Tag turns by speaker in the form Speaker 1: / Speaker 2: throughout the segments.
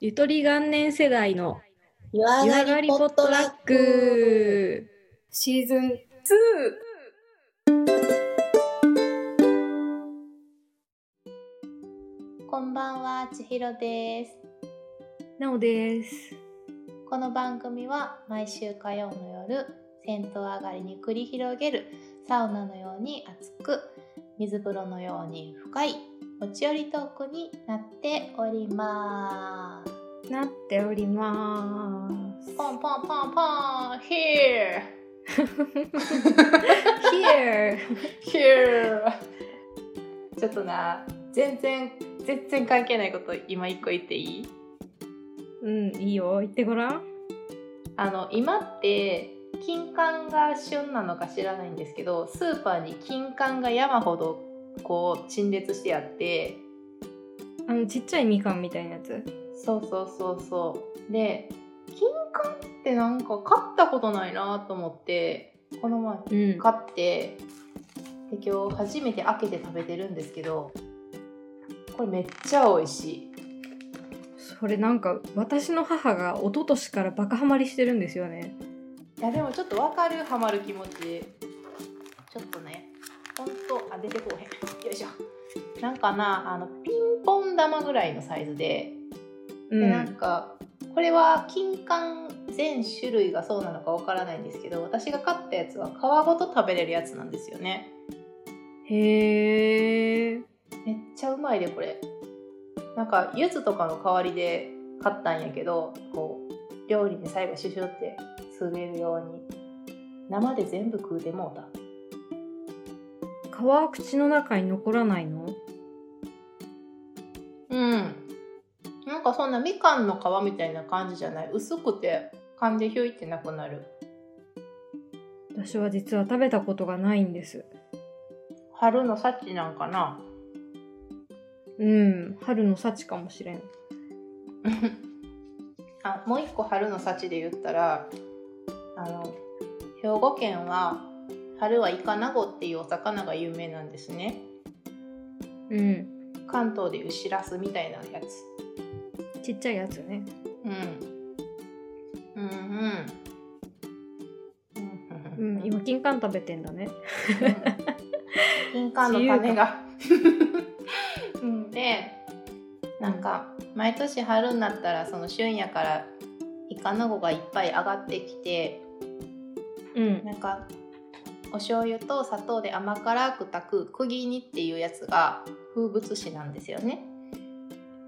Speaker 1: ゆとり元年世代の
Speaker 2: 湯上
Speaker 1: 湯
Speaker 2: が
Speaker 1: 上がり
Speaker 2: り
Speaker 1: ポ
Speaker 2: ポ
Speaker 1: ッ
Speaker 2: ッ
Speaker 1: ト
Speaker 2: ト
Speaker 1: ラ
Speaker 2: ラ
Speaker 1: ッ
Speaker 2: ック。
Speaker 1: ク。
Speaker 3: シーズン2
Speaker 2: こんばんは、ちひろです。
Speaker 1: なおです。
Speaker 2: この番組は毎週火曜の夜、銭湯上がりに繰り広げるサウナのように熱く、水風呂のように深い、持ち寄りトークになっております。
Speaker 1: なっております。
Speaker 2: ポンポンポンポン !Here!
Speaker 1: Here!
Speaker 2: Here! ちょっとな、全然、全然関係ないこと今一個言っていい
Speaker 1: うん、いいよ。行ってごらん。
Speaker 2: あの今って金柑が旬なのか知らないんですけどスーパーに金柑が山ほどこう陳列してあって
Speaker 1: あの、ちっちゃいみかんみたいなやつ。
Speaker 2: そうそうそうそうで金柑ってなんか買ったことないなと思ってこの前
Speaker 1: うん。
Speaker 2: 買ってで今日初めて開けて食べてるんですけどこれめっちゃ美味しい
Speaker 1: それなんか、私の母が一昨年からバカハマりしてるんですよね。
Speaker 2: いやでもちょっとわかるハマる気持ちちょっとねほんとあ出てこうへんよいしょなんかなあのピンポン玉ぐらいのサイズで,、
Speaker 1: う
Speaker 2: でなん
Speaker 1: ん。
Speaker 2: かこれは金柑全種類がそうなのかわからないんですけど私が買ったやつは皮ごと食べれるやつなんですよね
Speaker 1: へー。
Speaker 2: めっちゃうまいでこれなんか柚子とかの代わりで買ったんやけどこう料理に最後シュシュって吸えるように生で全部食うてもうた
Speaker 1: 皮は口の中に残らないの
Speaker 2: うん。なんかそんなみかんの皮みたいな感じじゃない。薄くて噛んでひゅいってなくなる。
Speaker 1: 私は実は食べたことがないんです。
Speaker 2: 春の幸なんかな。
Speaker 1: うん。春の幸かもしれん。
Speaker 2: あ、もう一個春の幸で言ったら、あの、兵庫県は春はイカナゴっていうお魚が有名なんですね。
Speaker 1: うん。
Speaker 2: 関東でいうシラスみたいなやつ。
Speaker 1: ちっちゃいやつね。
Speaker 2: うん。うんうん。
Speaker 1: う
Speaker 2: うん
Speaker 1: ん。今、金柑食べてんだね。
Speaker 2: 金柑の種が。うんでなんか毎年春になったらその旬やからイカナゴがいっぱい上がってきて
Speaker 1: うん。
Speaker 2: なんかお醤油と砂糖で甘辛く炊く釘煮っていうやつが風物詩なんですよね。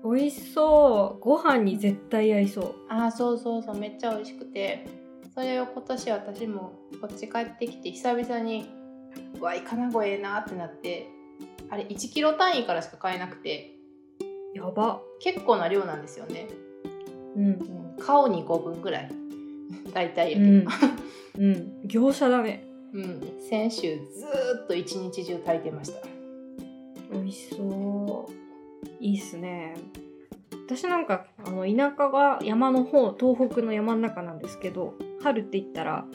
Speaker 1: 美味しそうご飯に絶対合いそう
Speaker 2: あーそうそうそうめっちゃ美味しくてそれを今年私もこっち帰ってきて久々にうわイカナゴええなってなってあれ1キロ単位からしか買えなくて
Speaker 1: やば
Speaker 2: 結構な量なんですよね。
Speaker 1: うん
Speaker 2: うん顔に5分ぐらい 大体や
Speaker 1: う
Speaker 2: けど、
Speaker 1: ん、うん、業者だね
Speaker 2: うん先週ずーっと一日中炊いてました
Speaker 1: 美味しそういいっすね私なんかあの田舎が山の方東北の山の中なんですけど春って言ったら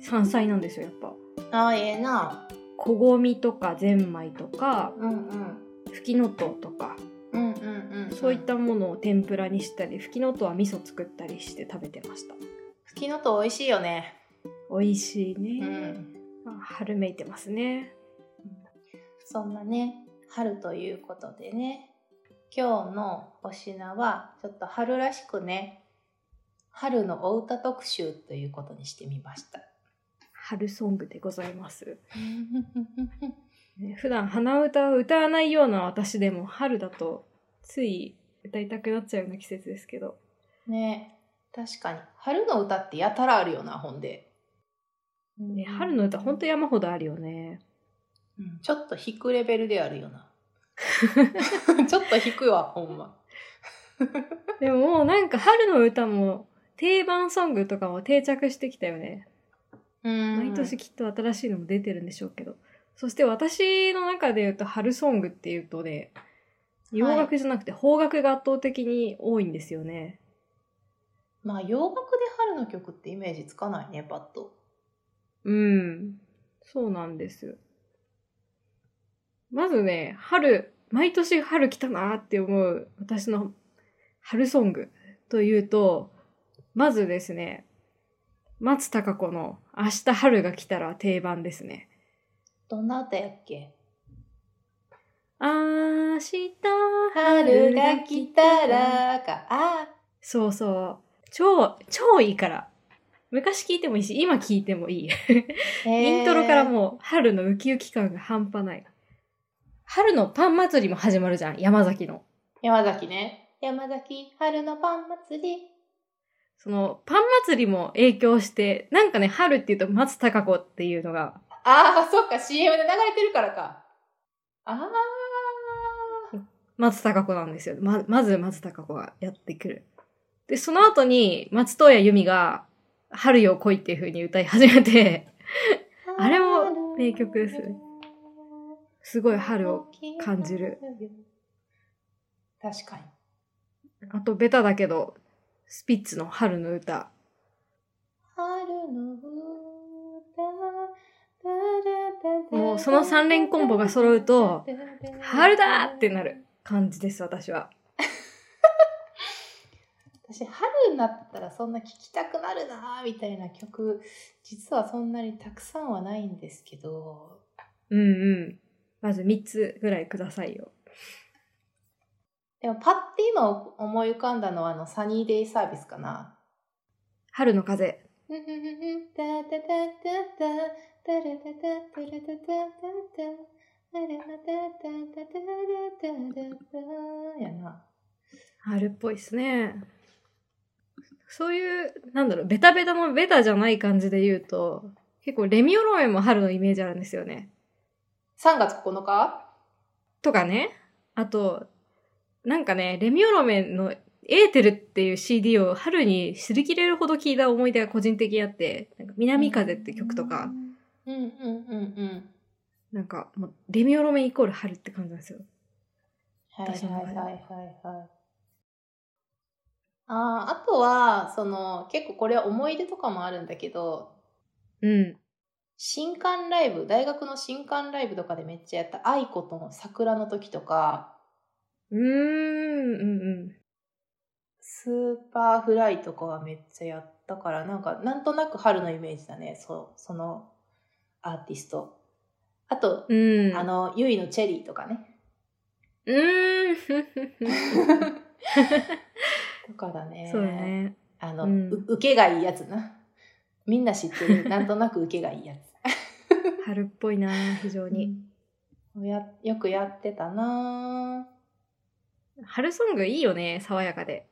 Speaker 1: 山菜なんですよやっぱ
Speaker 2: あーええな
Speaker 1: こごみとかゼンマイとか
Speaker 2: うんうん
Speaker 1: ふきのとうとか
Speaker 2: うんうんうん
Speaker 1: そういったものを天ぷらにしたりふきのとうは味噌作ったりして食べてました
Speaker 2: ふきのとう美味しいよね
Speaker 1: 美味しいうね、
Speaker 2: ん
Speaker 1: あ春めいてますね
Speaker 2: そんなね春ということでね今日のお品はちょっと春らしくね春のお歌特集ということにしてみました
Speaker 1: 春ソングでございますね普段鼻歌を歌わないような私でも春だとつい歌いたくなっちゃうような季節ですけど
Speaker 2: ね確かに春の歌ってやたらあるよなほんで、
Speaker 1: ね春の歌ほんと山ほどあるよね
Speaker 2: うんちょっと引くレベルであるよな。ちょっと引くわ、ほんま。
Speaker 1: でももうなんか春の歌も定番ソングとかも定着してきたよね毎
Speaker 2: 毎
Speaker 1: 年。きっと新しいのも出てるんでしょうけど、そして私の中で言うと春ソングっていうとね洋楽じゃなくて邦楽が圧倒的に多いんですよね、
Speaker 2: まあ、洋楽で春の曲ってイメージつかないね、パッと。
Speaker 1: うん。そうなんです。まずね、春、毎年春来たなーって思う私の春ソング。というと、まずですね、松たか子の明日春が来たら定番ですね。
Speaker 2: どんな歌やっけ
Speaker 1: 明日
Speaker 2: 春が来たらか。あ
Speaker 1: そうそう。超、超いいから。昔聞いてもいいし、今聞いてもいい。
Speaker 2: ー、
Speaker 1: イントロから
Speaker 2: う。
Speaker 1: もう春のウキウキ感が半端ない。春のパン祭りも始まるじゃん、山崎の。
Speaker 2: 山崎ね。山崎、春のパン祭り。
Speaker 1: その、パン祭りも影響して、なんかね、春って言うと松たか子っていうのが、
Speaker 2: ああ、そっか、CM で流れてるからか。あ
Speaker 1: 松たか子なんですよ。ま、まず松たか子がやってくる。で、その後に松任谷由実が、春よ来いっていう風に歌い始めて、
Speaker 2: あ。
Speaker 1: あれも名曲ですね。すごい春を。感じる。
Speaker 2: 確かに。
Speaker 1: あと、ベタだけど、スピッツの春の歌。
Speaker 2: 春の歌
Speaker 1: もうその三連コンボが揃うと、春だーってなる。感じです、私は。
Speaker 2: 私、春になったらそんな聴きたくなるなーみたいな曲、実はそんなにたくさんはないんですけど、
Speaker 1: うんうん。まず3つぐらいくださいよ。
Speaker 2: でもパッて今思い浮かんだのはあのサニーデイサービスかな。
Speaker 1: 春の風。
Speaker 2: タタタタタタタラタタタラタタタタタラタタタタタタタやな。
Speaker 1: 春っぽいっすね。そういう、なんだろう、ベタベタのベタじゃない感じで言うと、結構レミオロメンも春のイメージあるんですよね。
Speaker 2: 3月9日
Speaker 1: とかね。あと、なんかね、レミオロメンのエーテルっていう CD を春に擦り切れるほど聞いた思い出が個人的にあって、なんか南風って曲とか、。
Speaker 2: うんうんうんうん。
Speaker 1: なんかもうレミオロメンイコール春って感じなんですよ。
Speaker 2: はいはいはいはいはい。ああ、あとは、その、結構これは思い出とかもあるんだけど、
Speaker 1: うん。
Speaker 2: 新刊ライブ、大学の新刊ライブとかでめっちゃやった、愛子との桜の時とか、
Speaker 1: うーん、うんうん。
Speaker 2: スーパーフライとかはめっちゃやったから、なんか、なんとなく春のイメージだね、そそのアーティスト。あと、
Speaker 1: うん。
Speaker 2: あの、ゆいのチェリーとかね。
Speaker 1: うーん。
Speaker 2: とかだね。
Speaker 1: そうだ。ね。
Speaker 2: あの、
Speaker 1: うん
Speaker 2: う受けがいいやつな。みんな知って る、なんとなく受けがいいやつ。
Speaker 1: 春っぽいな、非常に。
Speaker 2: うんやよくやってたな
Speaker 1: 春ソングいいよね、爽やかで。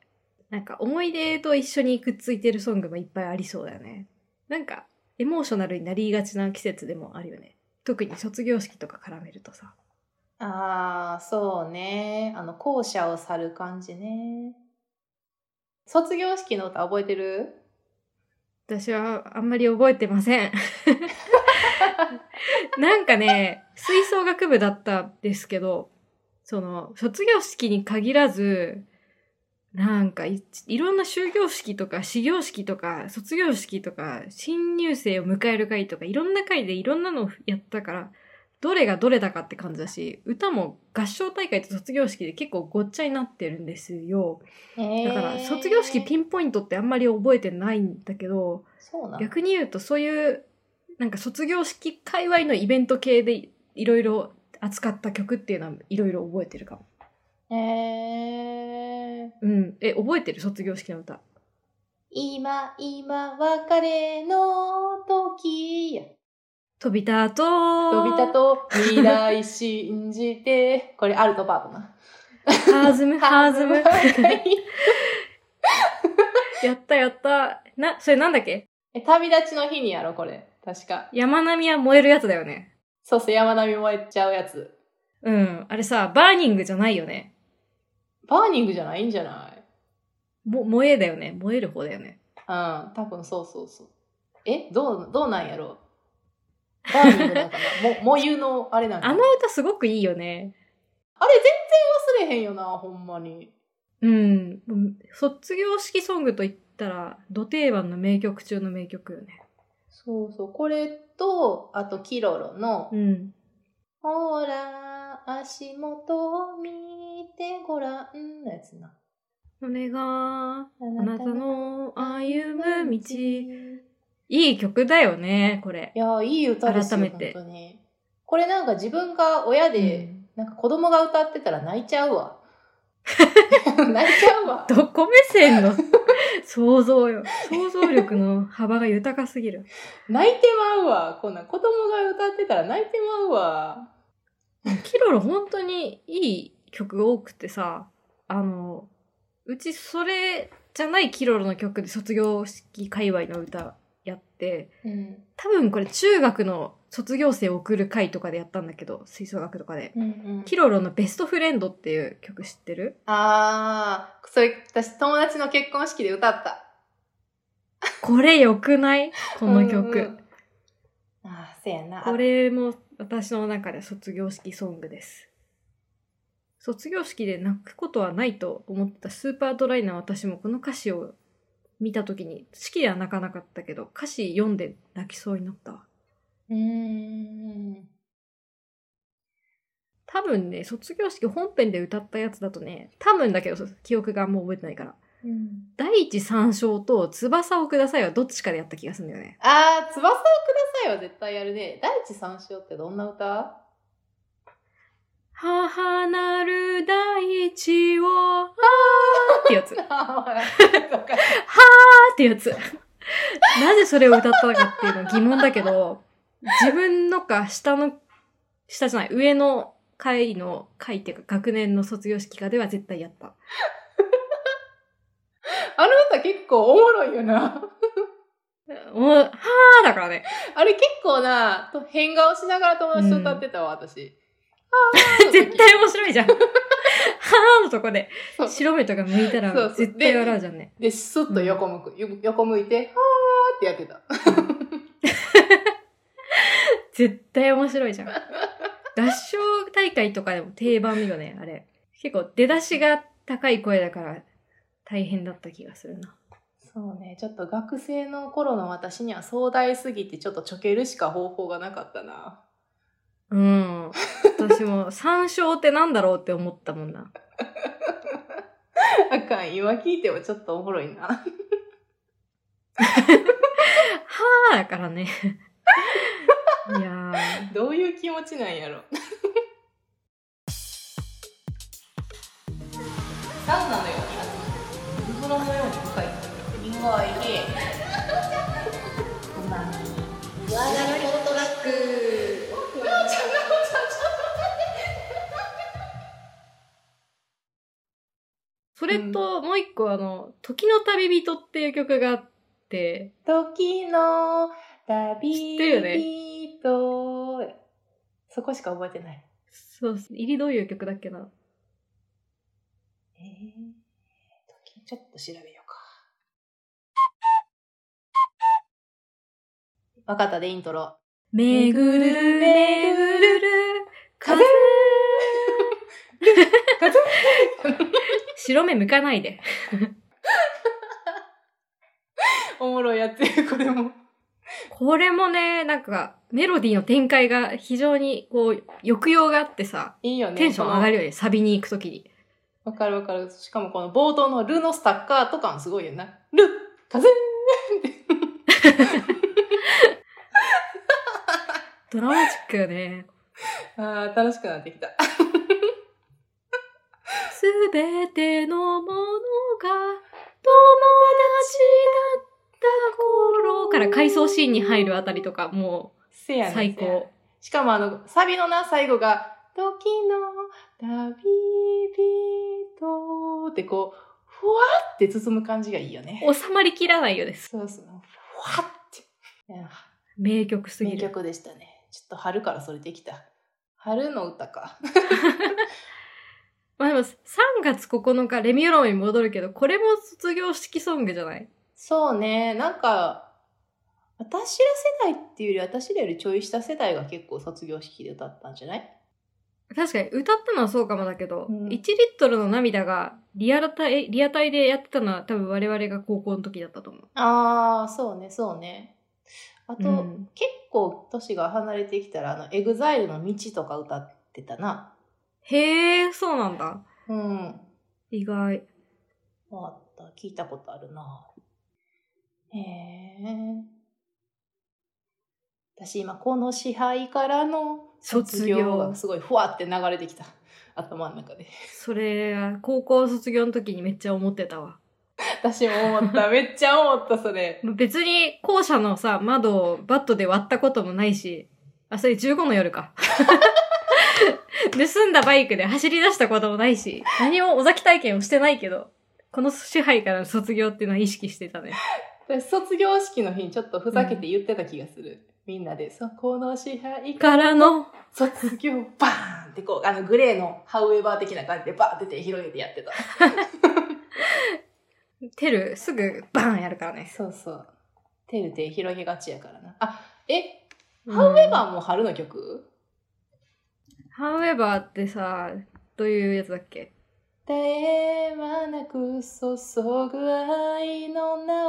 Speaker 1: なんか思い出と一緒にくっついてるソングもいっぱいありそうだよね。なんか、エモーショナルになりがちな季節でもあるよね。特に卒業式とか絡めるとさ。
Speaker 2: ああ、そうね。あの、校舎を去る感じね。卒業式の歌覚えてる
Speaker 1: 私はあんまり覚えてません。 なんかね、吹奏楽部だったんですけど、その、卒業式に限らず、なんかい、いろんな終業式とか、始業式とか、卒業式とか、新入生を迎える会とか、いろんな会でいろんなのをやったから、どれがどれだかって感じだし、歌も合唱大会と卒業式で結構ごっちゃになってるんですよ。だから、卒業式ピ
Speaker 2: ン
Speaker 1: ンポイントってあんまり覚えてないんだけど、
Speaker 2: そうなの
Speaker 1: 逆に言うとそういうなんか卒業式界隈のイベント系でいろいろ扱った曲っていうのはいろいろ覚えてるかも。
Speaker 2: えー、
Speaker 1: うん。え、覚えてる卒業式の歌。
Speaker 2: 今、今、別れの時や。
Speaker 1: 飛びたとー
Speaker 2: 飛びたと未来信じて。これ、アルトパートな。
Speaker 1: 弾む、弾む。やったやった。な、それなんだっけ
Speaker 2: え、 旅立ちの日にやろ、これ。確か。
Speaker 1: 山並みは燃えるやつだよね。
Speaker 2: そうそう、山並み燃えちゃうやつ。
Speaker 1: うん。あれさ、バーニングじゃないよね。
Speaker 2: バーニングじゃないんじゃない
Speaker 1: も、燃えだよね。燃える方だよね。
Speaker 2: うん、多分そうそうそう。え、どう、どうなんやろバーニングなんかなも、もゆの、あれなんか
Speaker 1: あ
Speaker 2: な
Speaker 1: の歌すごくいいよね。
Speaker 2: あれ、全然忘れへんよな、ほんまに。
Speaker 1: うん。卒業式ソングと言ったら、土定番の名曲中の名曲よね。
Speaker 2: そうそう、これと、あと、キロロの、
Speaker 1: うん。
Speaker 2: ほら、足元を見てごらんのやつな。
Speaker 1: それが、
Speaker 2: あ
Speaker 1: あなたの歩む道。いい曲だよね、これ
Speaker 2: い。やーいい歌ですよ
Speaker 1: 改めて
Speaker 2: 本当にこれなんか自分が親で、
Speaker 1: うん
Speaker 2: なんか子供が歌ってたら泣いちゃう わ泣いちゃうわ
Speaker 1: どこ目線の想像よ。想像力の幅が豊かすぎる。
Speaker 2: 泣いてまうわこんなん子供が歌ってたら泣いてまうわ
Speaker 1: キロロ本当にいい曲多くてさ、あの、うちそれじゃないキロロの曲で卒業式界隈の歌やって、
Speaker 2: うん
Speaker 1: 多分これ中学の卒業生を送る会とかでやったんだけど、吹奏楽とかで。
Speaker 2: うんうん
Speaker 1: キロロのベストフレンドっていう曲知ってる
Speaker 2: あーそれ私友達の結婚式で歌った
Speaker 1: これ良くないこの曲。
Speaker 2: うんうんあーそうやな
Speaker 1: これも私の中で卒業式ソングです。卒業式で泣くことはないと思ってたスーパードライな私もこの歌詞を見た時に、式では泣かなかったけど、歌詞読んで泣きそうになったわ。
Speaker 2: うーん
Speaker 1: 多分ね、卒業式本編で歌ったやつだとね、多分だけどそう記憶がもう覚えてないから。
Speaker 2: うん
Speaker 1: 第一三章と翼をくださいはどっちかでやった気がするんだよね。
Speaker 2: あー翼をくださいは絶対やるね第一三章ってどんな歌
Speaker 1: 母なる大地を、あーってやつ。
Speaker 2: あー
Speaker 1: ってやつ。なぜそれを歌ったのかっていうのは疑問だけど、自分のか下の、下じゃない、上の階の階っていうか学年の卒業式かでは絶対やった。
Speaker 2: あの歌結構おもろいよな。
Speaker 1: おはーだからね。
Speaker 2: あれ結構な、と変顔しながら友達と歌ってたわ、私。あー
Speaker 1: 絶対面白いじゃん。はーのとこで
Speaker 2: そう、
Speaker 1: 白目とか向いたら
Speaker 2: そうそう
Speaker 1: 絶対笑うじゃんね。
Speaker 2: で、スッと横向く、よ横向いて、はーってやってた。
Speaker 1: 絶対面白いじゃん。合唱大会とかでも定番だよね、あれ。結構出だしが高い声だから大変だった気がするな。
Speaker 2: そうね、ちょっと学生の頃の私には壮大すぎて、ちょっとちょけるしか方法がなかったな。
Speaker 1: うん。私も、山椒ってなんだろうって思ったもんな。
Speaker 2: あかん、今聞いてもちょっとおもろいな。
Speaker 1: はぁだからね。いやー
Speaker 2: どういう気持ちなんやろ。サウナのように、水風呂のように深い。リンゴはいれ。こんな。ワーガリトラック。なおちゃん、なおちゃん、ちょ
Speaker 1: それと、もう一個あの、時の旅人っていう曲があって、
Speaker 2: っと。時の旅
Speaker 1: 知ってるよね
Speaker 2: 人、そこしか覚えてない。
Speaker 1: そう、入りどういう曲だっけな。
Speaker 2: えー、時ちょっと調べようか。わかったで、イントロ。
Speaker 1: めぐるるめぐるる、風。
Speaker 2: 風
Speaker 1: 白目向かないで。
Speaker 2: おもろいやつやこれも。
Speaker 1: これもね、なんか、メロディーの展開が非常に、こう、抑揚があってさ、
Speaker 2: いいよね。
Speaker 1: テンション上がる
Speaker 2: る。
Speaker 1: よね、サビに行くときに。
Speaker 2: わかるわかる。しかもこの冒頭のルのスタッカーと感すごいよな。ル風
Speaker 1: ドラマチックよね。
Speaker 2: あー楽しくなってきた。
Speaker 1: すべてのものが友達だった頃から回想シーンに入るあたりとか、も
Speaker 2: せ
Speaker 1: う
Speaker 2: やね
Speaker 1: 最
Speaker 2: せやね
Speaker 1: 高。
Speaker 2: しかもあの、サビのな、最後が、時の旅人ってこう、ふわって包む感じがいいよね。
Speaker 1: 収まりきらないようです。
Speaker 2: そうそう。ふわって。いや
Speaker 1: 名曲すぎ
Speaker 2: 名
Speaker 1: る。
Speaker 2: 曲でしたね。ちょっと春からそれできた。春の歌か。
Speaker 1: まあでも3月9日、レミオロメンに戻るけど、これも卒業式ソングじゃない
Speaker 2: そうね、なんか、私ら世代っていうより、私らよりちょい下世代が結構卒業式で歌ったんじゃない
Speaker 1: 確かに歌ったのはそうかもだけど、
Speaker 2: うん
Speaker 1: 1リットルの涙がリアルタイ、リアタイでやってたのは多分我々が高校の時だったと思う。
Speaker 2: ああ、そうね、そうね。あと、
Speaker 1: うん
Speaker 2: 結構年が離れてきたら、あの、エグザイルの道とか歌ってたな。
Speaker 1: へえ、そうなんだ。
Speaker 2: うん。
Speaker 1: 意外。
Speaker 2: あった聞いたことあるなへえ私今この支配からの卒業がすごいふわって流れてきた頭の中で
Speaker 1: それ高校卒業の時にめっちゃ思ってたわ
Speaker 2: 私も思っためっちゃ思ったそれ
Speaker 1: 別に校舎のさ窓をバットで割ったこともないしあそれ15の夜か盗んだバイクで走り出したこともないし何も尾崎体験をしてないけどこの支配からの卒業っていうのは意識してたね
Speaker 2: 私卒業式の日にちょっとふざけて言ってた気がする、みんなで「そこの支配か
Speaker 1: かららの
Speaker 2: 卒業バーン!」ってこうあのグレーのハウエバー的な感じでバーンって手広げてやってた
Speaker 1: テルすぐバーンやるからね
Speaker 2: そうそう手で手広げがちやからなあえハウエバーも春の曲、
Speaker 1: ハウエバーってさ、どういうやつだっけ
Speaker 2: 絶え間なく注ぐ愛の名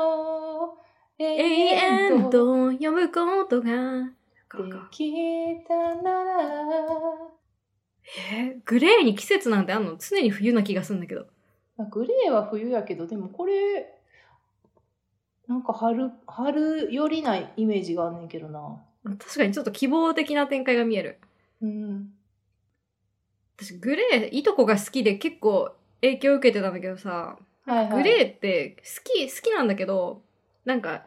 Speaker 2: を永
Speaker 1: 永遠と呼ぶことが。
Speaker 2: できたなら
Speaker 1: えーグレーに季節なんてあんの常に冬な気がするんだけど。
Speaker 2: まあグレーは冬やけどでもこれなんか春春寄りないイメージがあんねんけどな
Speaker 1: 確かにちょっと希望的な展開が見える。
Speaker 2: うん
Speaker 1: 私、グレー、いとこが好きで結構影響を受けてたんだけどさ、
Speaker 2: はいは
Speaker 1: グ
Speaker 2: い
Speaker 1: レーって好き、好きなんだけど、なんか、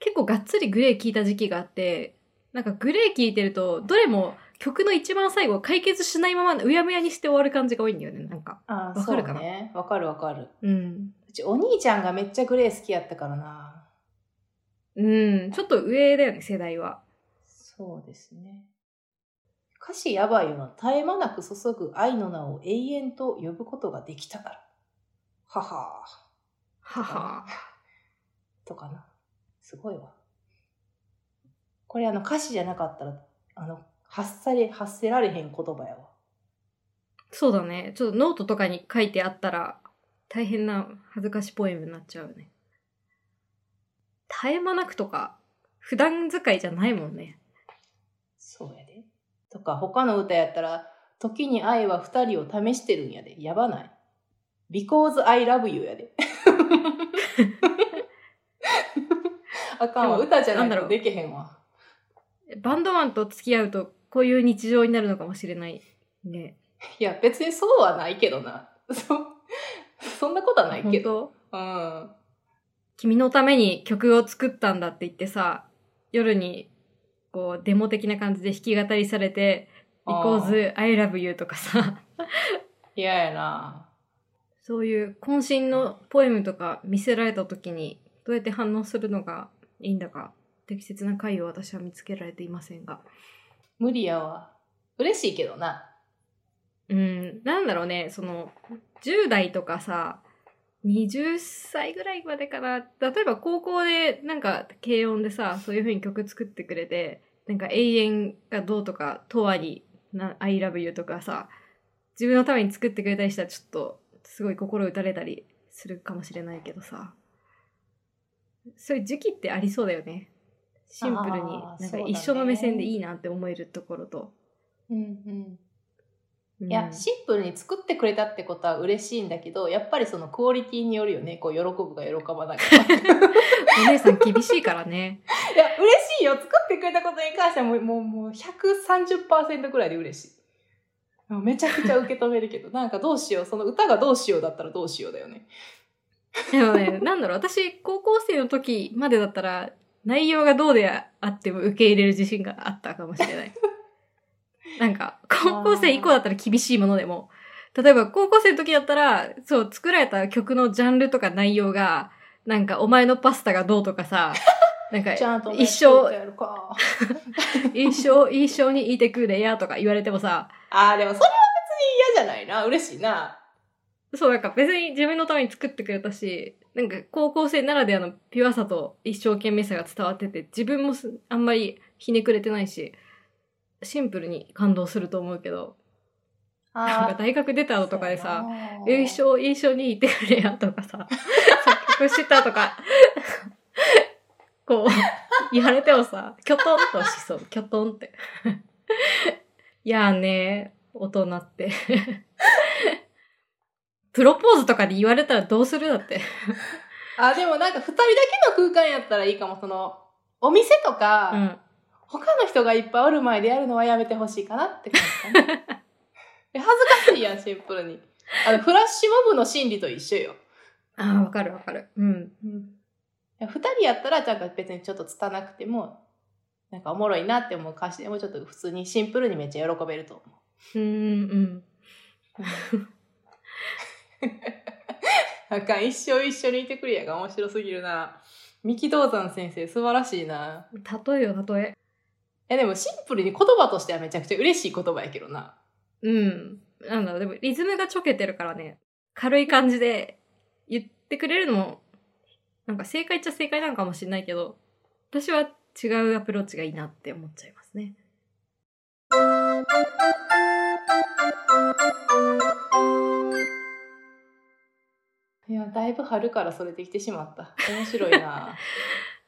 Speaker 1: 結構がっつりグレー聞いた時期があって、なんかグレー聞いてると、どれも曲の一番最後解決しないままうやむやにして終わる感じが多いんだよね、なんか。
Speaker 2: ああ
Speaker 1: わ
Speaker 2: そ
Speaker 1: か
Speaker 2: う
Speaker 1: るかな
Speaker 2: ねわかるわかる
Speaker 1: うん。
Speaker 2: うちお兄ちゃんがめっちゃグレー好きやったからな
Speaker 1: うん、ちょっと上だよね、世代は。
Speaker 2: そうですね歌詞やばいよな絶え間なく注ぐ愛の名を永遠と呼ぶことができたからはは
Speaker 1: は
Speaker 2: ー
Speaker 1: は。
Speaker 2: とかなすごいわこれあの歌詞じゃなかったらあの発され発せられへん言葉やわ
Speaker 1: そうだね。ちょっとノートとかに書いてあったら、大変な恥ずかしポエムになっちゃうね。絶え間なくとか、普段使いじゃないもんね。
Speaker 2: そうやでとか他の歌やったら「時に愛は二人を試してるんやで」やばない「Because I love you」やであかんわ
Speaker 1: でも
Speaker 2: 歌じゃな
Speaker 1: なんだ
Speaker 2: い
Speaker 1: ろ
Speaker 2: と
Speaker 1: う
Speaker 2: できへんわ
Speaker 1: バンドマンと付き合うと、こういう日常になるのかもしれない。ね。
Speaker 2: いや別にそうはないけどな そそんなことはない
Speaker 1: 本
Speaker 2: けど
Speaker 1: 当
Speaker 2: うん
Speaker 1: 君のために曲を作ったんだって言ってさ、夜に、こう、デモ的な感じで弾き語りされて、because I love you とかさ。
Speaker 2: 嫌ややな
Speaker 1: そういう渾身のポエムとか見せられた時にどうやって反応するのがいいんだか適切な回を私は見つけられていませんが
Speaker 2: 無理やわ嬉しいけどな
Speaker 1: うんなんだろうねその10代とかさ20歳ぐらいまでかな例えば高校でなんか軽音でさそういう風に曲作ってくれてなんか永遠がどうとか「とわにな I love you」とかさ自分のために作ってくれたりしたらちょっとすごい心打たれたりするかもしれないけどさそういう時期ってありそうだよねシンプルに
Speaker 2: あー
Speaker 1: なんか
Speaker 2: そうだね
Speaker 1: 一緒の目線でいいなって思えるところと。
Speaker 2: うんうん
Speaker 1: い
Speaker 2: いや、シンプルに作ってくれたってことは嬉しいんだけど、やっぱりそのクオリティによるよね。こう、喜ぶか喜ば ないか。いや、嬉
Speaker 1: お姉さん厳しいからね。
Speaker 2: しいよ。作ってくれたことに関してはもう、もう、もう130%ぐらいで嬉しい。めちゃくちゃ受け止めるけど、なんかどうしよう。その歌がどうしようだったらどうしようだよね。
Speaker 1: でもね、なんだろう、私、高校生の時までだったら、内容がどうであっても受け入れる自信があったかもしれ ない。なんか、高校生以降だったら厳しいものでも、例えば高校生の時だったら、そう、作られた曲のジャンルとか内容が、なんか、お前のパスタがどうとかさ、なんか、
Speaker 2: ちゃんとね
Speaker 1: 一
Speaker 2: 作っ
Speaker 1: 生、
Speaker 2: てやるか。
Speaker 1: 一生、一生にいてくれやとか言われてもさ、
Speaker 2: ああ、でもそれは別に嫌じゃないな。嬉しいな。
Speaker 1: そう、なんか別に自分のために作ってくれたし、なんか高校生ならではのピュアさと一生懸命さが伝わってて、自分もすあんまりひねくれてないし、シンプルに感動すると思うけど、なんか
Speaker 2: あ
Speaker 1: 大学出た後とかでさ、、え一
Speaker 2: 緒。
Speaker 1: 生一緒にいてくれやとかさ、作曲したとか、こう、言われてもさ、きょとんとしそう、きょとんって。いやーね、大人って。プロポーズとかで言われたらどうするだって。
Speaker 2: あ、でもなんか二人だけの空間やったらいいかも。その、お店とか、
Speaker 1: うん。
Speaker 2: 他の人がいっぱいおる前でやるのはやめてほしいかなって感じかな。 え恥ずかしいやん、シンプルに。あの、フラッシュモブの心理と一緒よ。
Speaker 1: ああ、わかるわかる。うん。
Speaker 2: うん。二人やったら、なんか別にちょっとつたなくても、なんかおもろいなって思う歌詞でもちょっと普通にシンプルにめっちゃ喜べると思う。
Speaker 1: うーん、
Speaker 2: なんか一生一緒にいてくれやが面白すぎるな。三木道山先生素晴らしいな。
Speaker 1: うん。例えよ、例え。
Speaker 2: え、でもシンプルに言葉としてはめちゃくちゃ嬉しい言葉やけどな。
Speaker 1: うん。なんだろう、でもリズムがちょけてるからね、軽い感じで言ってくれるのも、なんか正解っちゃ正解なのかもしれないけど、私は違うアプローチがいいなって思っちゃいますね。
Speaker 2: いや、だいぶ春からそれできてしまった。面白いな。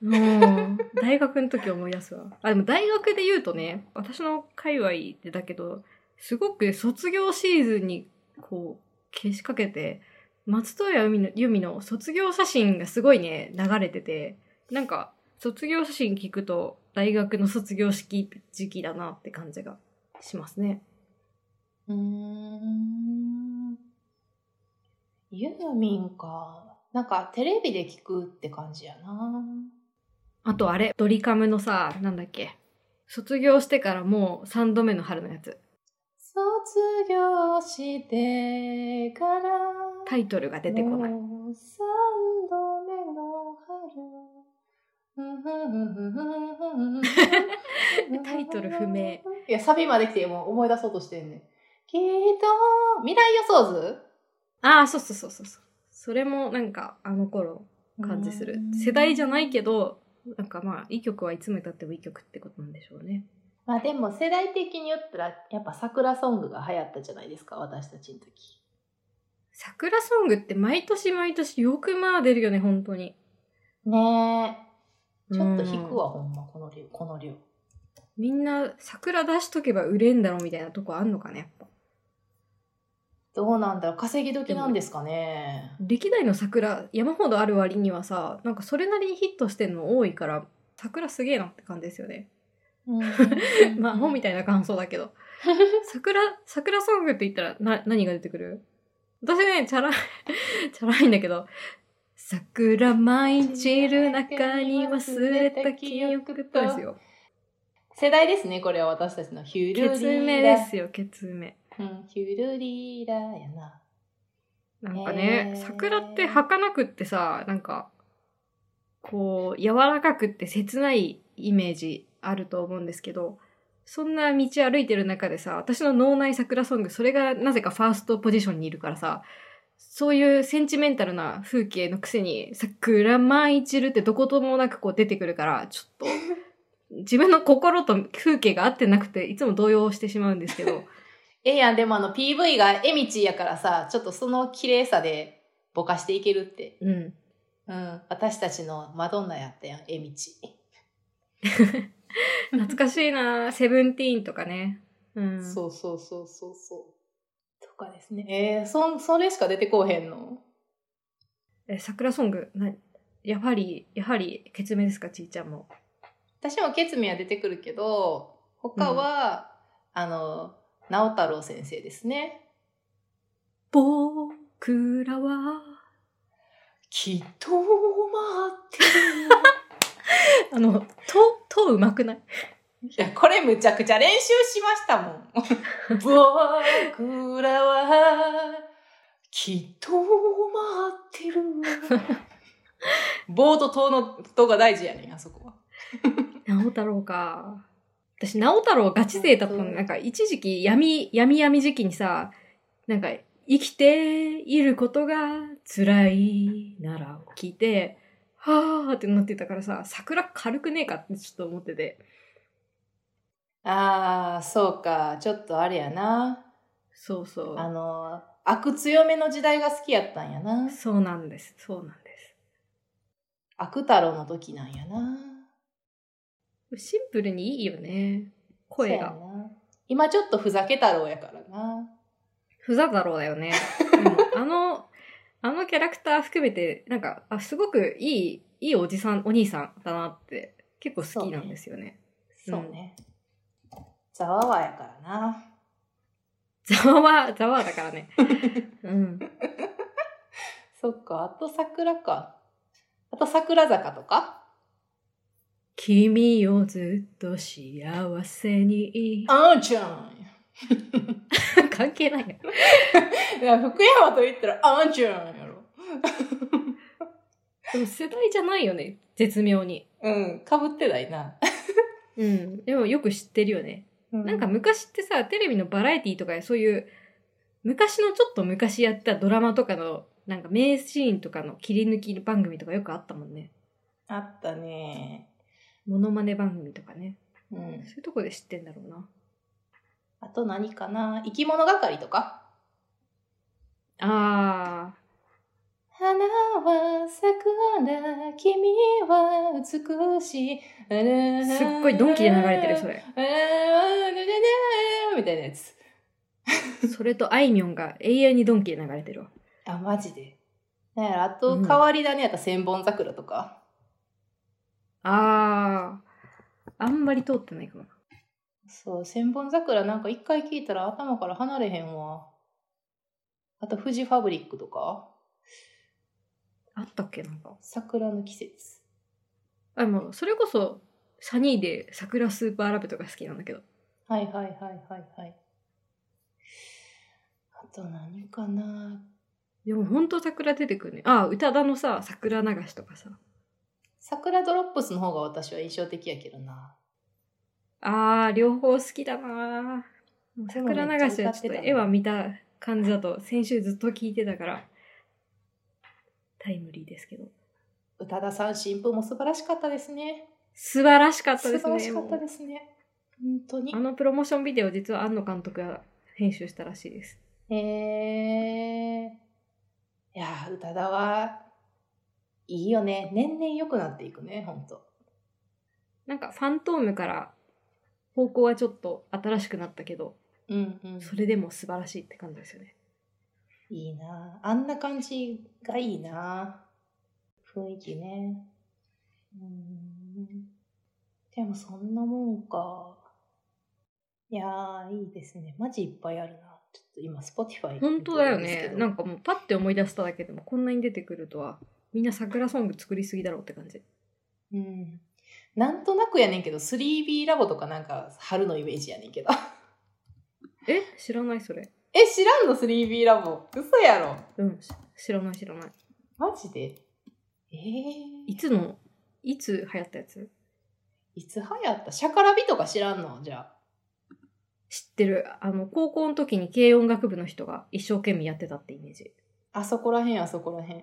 Speaker 1: もう、大学の時思い出すわ。あ、でも大学で言うとね、私の界隈でだけど、すごく卒業シーズンに、こう、けしかけて、松任谷由実の由実の卒業写真がすごいね、流れてて、なんか、卒業写真聞くと、大学の卒業式時期だなって感じがしますね。
Speaker 2: うーん。ユーミンか。なんかテレビで聞くって感じやな。
Speaker 1: あとあれ、ドリカムのさ、なんだっけ。卒業してからもう3度目の春のやつ。
Speaker 2: 卒業してから
Speaker 1: タイトルが出てこない。
Speaker 2: もう三度目の春。
Speaker 1: タイトル不明。
Speaker 2: いや、サビまで来てもう思い出そうとしてんねん。きっと、未来予想図
Speaker 1: ああ、そうそうそうそうそう。それもなんかあの頃感じする。世代じゃないけど、なんかまあ、いい曲はいつまでたってもいい曲ってことなんでしょうね。
Speaker 2: まあでも世代的に言ったら、やっぱ桜ソングが流行ったじゃないですか、私たちの時。
Speaker 1: 桜ソングって毎年毎年よくまあ出るよね、本当に。
Speaker 2: ねえ。ちょっと
Speaker 1: 引
Speaker 2: 引くわ、ほんま、この量、この量。
Speaker 1: みんな桜出しとけば売れんだろみたいなとこあんのかね、やっぱ。
Speaker 2: どうなんだろう、稼ぎ時なんですかね。
Speaker 1: 歴代の桜、山ほどある割にはさ、なんかそれなりにヒットしてんの多いから、桜すげえなって感じですよね。
Speaker 2: うん
Speaker 1: まあ、アホみたいな感想だけど。桜、桜ソングって言ったら、な、何が出てくる私ね、チャラい、 チャラいんだけど、桜舞い散る中に忘れた記憶とですよ。
Speaker 2: 世代ですね、これは私たちのヒュルリーラ。
Speaker 1: ケツメですよ、ケツメ。
Speaker 2: うん、ヒュルリーラやな。
Speaker 1: なんかね、
Speaker 2: へー
Speaker 1: 桜って儚くってさ、なんか、こう、柔らかくって切ないイメージあると思うんですけど、そんな道歩いてる中でさ、私の脳内桜ソング、それがなぜかファーストポジションにいるからさ、そういうセンチメンタルな風景のくせに、桜舞い散るってどこともなくこう出てくるから、ち ょっと、自分の心と風景が合ってなくて、いつも動揺してしまうんですけど、
Speaker 2: ええやん、でもあの PV がエミチやからさ、ちょっとその綺麗さでぼかしていけるって。
Speaker 1: うん。
Speaker 2: うん、私たちのマドンナやったやん、エミチ。
Speaker 1: 懐かしいなぁセブンティーンとかね。うん。
Speaker 2: そうそうそうそうそう。とかですね。えー、そん、それしか出てこうへんの
Speaker 1: え、桜ソング、な、やはり、やはり、ケツメですか、ちいちゃんも。
Speaker 2: 私もケツメは出てくるけど、他は、あの、直太郎先生ですね。
Speaker 1: 僕らは、
Speaker 2: きっと待って
Speaker 1: あの、と、とうまくない
Speaker 2: いや、これむちゃくちゃ練習しましたもん。 僕らは、きっと待ってる。棒と塔の塔が大事やねん、あそこは。
Speaker 1: 直太郎か。私、直太郎ガチ勢だったの。
Speaker 2: 本当
Speaker 1: なんか、一時期、闇、闇闇時期にさ、なんか、生きていることが辛いならを聞いて、はぁーってなってたからさ、桜軽くねえかってちょっと思ってて。
Speaker 2: ああ、そうか。ちょっとあれやな。
Speaker 1: そうそう。
Speaker 2: あの、悪強めの時代が好きやったんやな。
Speaker 1: そうなんです。そうなんです。
Speaker 2: 悪太郎の時なんやな。
Speaker 1: シンプルにいいよね。声が
Speaker 2: そう。やな。今ちょっとふざけ太郎やからな。
Speaker 1: ふざ太郎だよね。でもあの、あのキャラクター含めて、なんか、あ、すごくいい、いいおじさん、お兄さんだなって、結構好きなんですよね。
Speaker 2: そうね。ざわわやからな。
Speaker 1: ざわわ、ざわわだから ね。うん。
Speaker 2: そっか、あと桜か。あと桜坂とか
Speaker 1: 君をずっと幸せに。
Speaker 2: あんちゃん。
Speaker 1: 関係ないよ。
Speaker 2: いや、福山と言ったらあんちゃんやろ。
Speaker 1: でも世代じゃないよね、絶妙に。
Speaker 2: うん、かぶってないな。
Speaker 1: うん。でもよく知ってるよね。なんか昔ってさ、テレビのバラエティとかでそういう、昔のちょっと昔やったドラマとかの、なんか名シーンとかの切り抜き番組とかよくあったもんね。
Speaker 2: あったね。
Speaker 1: モノマネ番組とかね。
Speaker 2: うん
Speaker 1: そう。いうとこで知ってんだろうな。
Speaker 2: あと何かな生き物係とか
Speaker 1: あ
Speaker 2: 花は桜、君は美しい。
Speaker 1: ー、
Speaker 2: す
Speaker 1: すっごいドンキで流れてる、それ。
Speaker 2: みたいなやつ。
Speaker 1: それとあいみょんが永遠にドンキで流れてるわ。
Speaker 2: あ、マジで。なんやろあと、
Speaker 1: うん
Speaker 2: 変わり種やったら千本桜とか。
Speaker 1: あー、あんまり通ってないかな。
Speaker 2: そう、千本桜なんか一回聞いたら頭から離れへんわ。あと、富士ファブリックとか。
Speaker 1: あったっけなんか。
Speaker 2: 桜の季節。
Speaker 1: あ、でもそれこそ、サニーで桜スーパーラブとか好きなんだけど。
Speaker 2: はいはいはいはいはい。あと何かな
Speaker 1: でもほんと桜出てくるね。ああ、宇多田のさ、桜流しとかさ。
Speaker 2: 桜ドロップスの方が私は印象的やけどな。
Speaker 1: ああ、両方好きだなー。もう桜流しはちょっと絵は見た感じだと、先週ずっと聞いてたから、タイムリーですけど。
Speaker 2: 宇多田さん新婦も素晴らしかったですね。
Speaker 1: 素晴らしかった
Speaker 2: 素
Speaker 1: で
Speaker 2: 晴
Speaker 1: す
Speaker 2: ら
Speaker 1: ね。
Speaker 2: しかった
Speaker 1: も
Speaker 2: ですね。本当に
Speaker 1: うあ。のプロモーションビデオ、実は庵野監督が編集したらしいです。
Speaker 2: へえー。いやー、宇多田は、いいよね。年々良くなっていくね、ほんと。
Speaker 1: なんか、ファントームから方向はちょっと新しくなったけど、
Speaker 2: うんうん。
Speaker 1: それでも素晴らしいって感じですよね。
Speaker 2: いいなああんな感じがいいな雰囲気ねうーんでもそんなもんかいやーいいですねマジいっぱいあるなちょっと今 Spotify
Speaker 1: 本当だよね。なん
Speaker 2: か
Speaker 1: かもうパッて思い出しただけでもこんなに出てくるとは、みんな桜ソング作りすぎだろうって感じ。
Speaker 2: うんなんとなくやねんけど 3B ラボとかなんか春のイメージやねんけど
Speaker 1: え知らないそれ。
Speaker 2: え知らんの 3B ラボ嘘やろ
Speaker 1: うん、し知らない知らない。
Speaker 2: マジでえー、
Speaker 1: いつの、いつ流行ったやつ
Speaker 2: いつ流行ったシャカラビとか知らんのじゃあ
Speaker 1: 知ってる。あの、高校の時に軽音楽部の人が一生懸命やってたってイメージ。
Speaker 2: あそこらへんあそこらへん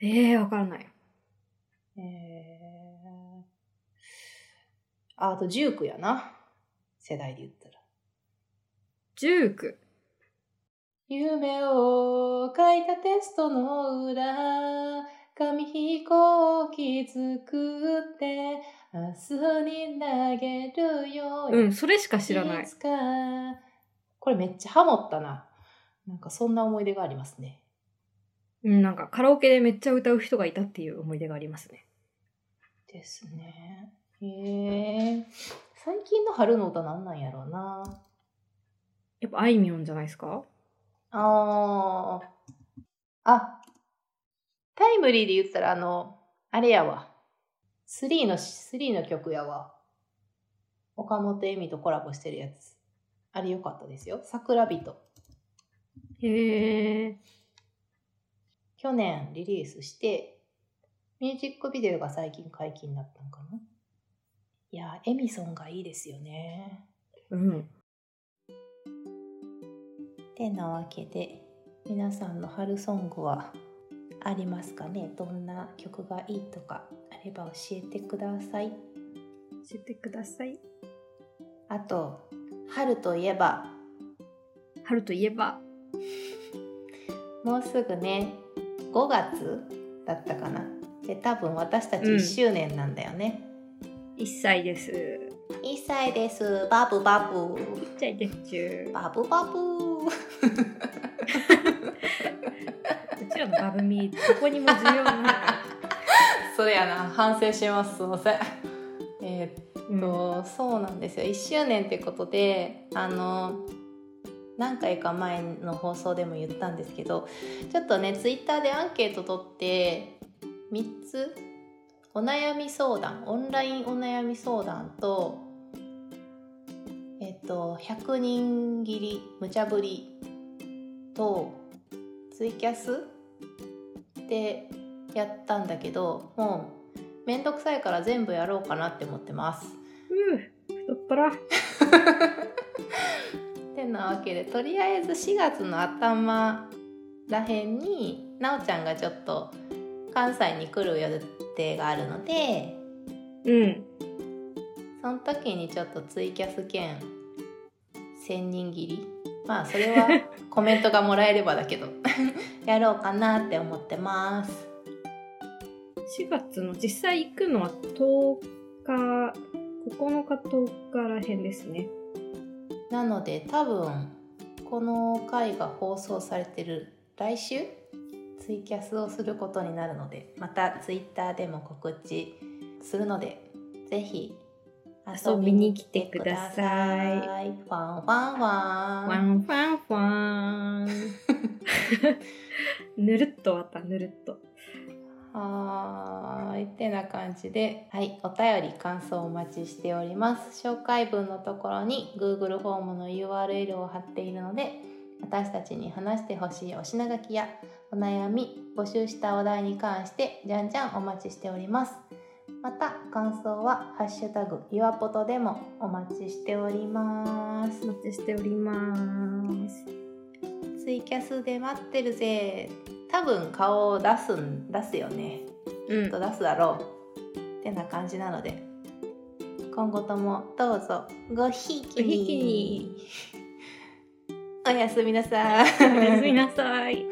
Speaker 1: ええー、わからない。
Speaker 2: えー、ああと19やな世代で言ったら
Speaker 1: ジューク。
Speaker 2: 夢を書いたテストの裏紙飛行機作って明日に投げるよ
Speaker 1: うん、それしか知らない
Speaker 2: つ。かこれめっちゃハモったななんかそんな思い出がありますね
Speaker 1: うん、なんかカラオケでめっちゃ歌う人がいたっていう思い出がありますね。
Speaker 2: ですねへえ最近の春の歌なんなんやろうな
Speaker 1: やっぱあいみょんじゃないですか
Speaker 2: ああ。あ、タイムリーで言ったら、あの、あれやわ。3の、3の曲やわ。岡本恵美とコラボしてるやつ。あれ良かったですよ。桜人。
Speaker 1: へえ。
Speaker 2: 去年リリースして、ミュージックビデオが最近解禁だったのかな。いやー、エミソンがいいですよね。
Speaker 1: うん。
Speaker 2: てなわけで皆さんの春ソングはありますかねどんな曲がいいとかあれば教えてください
Speaker 1: 教えてください。
Speaker 2: あと春といえば
Speaker 1: 春といえば、
Speaker 2: もうすぐね5月だったかなで多分私たち
Speaker 1: うん
Speaker 2: 1周年なんだよね、
Speaker 1: 1歳です。
Speaker 2: 1歳ですバブバブ
Speaker 1: ちっちゃいでっちゅう。
Speaker 2: バブバブ
Speaker 1: バブミどこにも需要ない か
Speaker 2: それやな反省しますすいませんえー
Speaker 1: ら、
Speaker 2: っと、そうなんですよ1周年ってことであの何回か前の放送でも言ったんですけどちょっとねツイッターでアンケート取って3つお悩み相談オンラインお悩み相談とえっと100人切り無茶ぶりとツイキャスでやったんだけどもうめんどくさいから全部やろうかなって思ってます。
Speaker 1: うん、うー太っ腹
Speaker 2: てなわけでとりあえず4月の頭らへんになおちゃんがちょっと関西に来る予定があるので
Speaker 1: うん
Speaker 2: その時にちょっとツイキャス兼千人切りまあそれはコメントがもらえればだけど やろうかなって思ってます
Speaker 1: 4月の実際行くのは10日9日10日らへんですね
Speaker 2: なので多分この回が放送されてる来週ツイキャスをすることになるのでまたツイッターでも告知するのでぜひ
Speaker 1: 遊びに来てください
Speaker 2: 遊びに来てくださいワンワンワン
Speaker 1: ワンファンファ ンぬるっと終わったぬるっと
Speaker 2: はーいてな感じで、はい、お便り感想お待ちしております紹介文のところに Google フォームの URL を貼っているので私たちに話してほしいお品書きやお悩み募集したお題に関してじゃんじゃんお待ちしておりますまた感想は「ハッシュタグゆわぽと」でもお待ちしております
Speaker 1: お待ちしております
Speaker 2: ツイキャスで待ってるぜ多分顔を出すん出すよね
Speaker 1: う
Speaker 2: ちょっと出すだろうってな感じなので今後ともどうぞごひいきに
Speaker 1: ごひいきに
Speaker 2: おやすみなさい
Speaker 1: おやすみなさい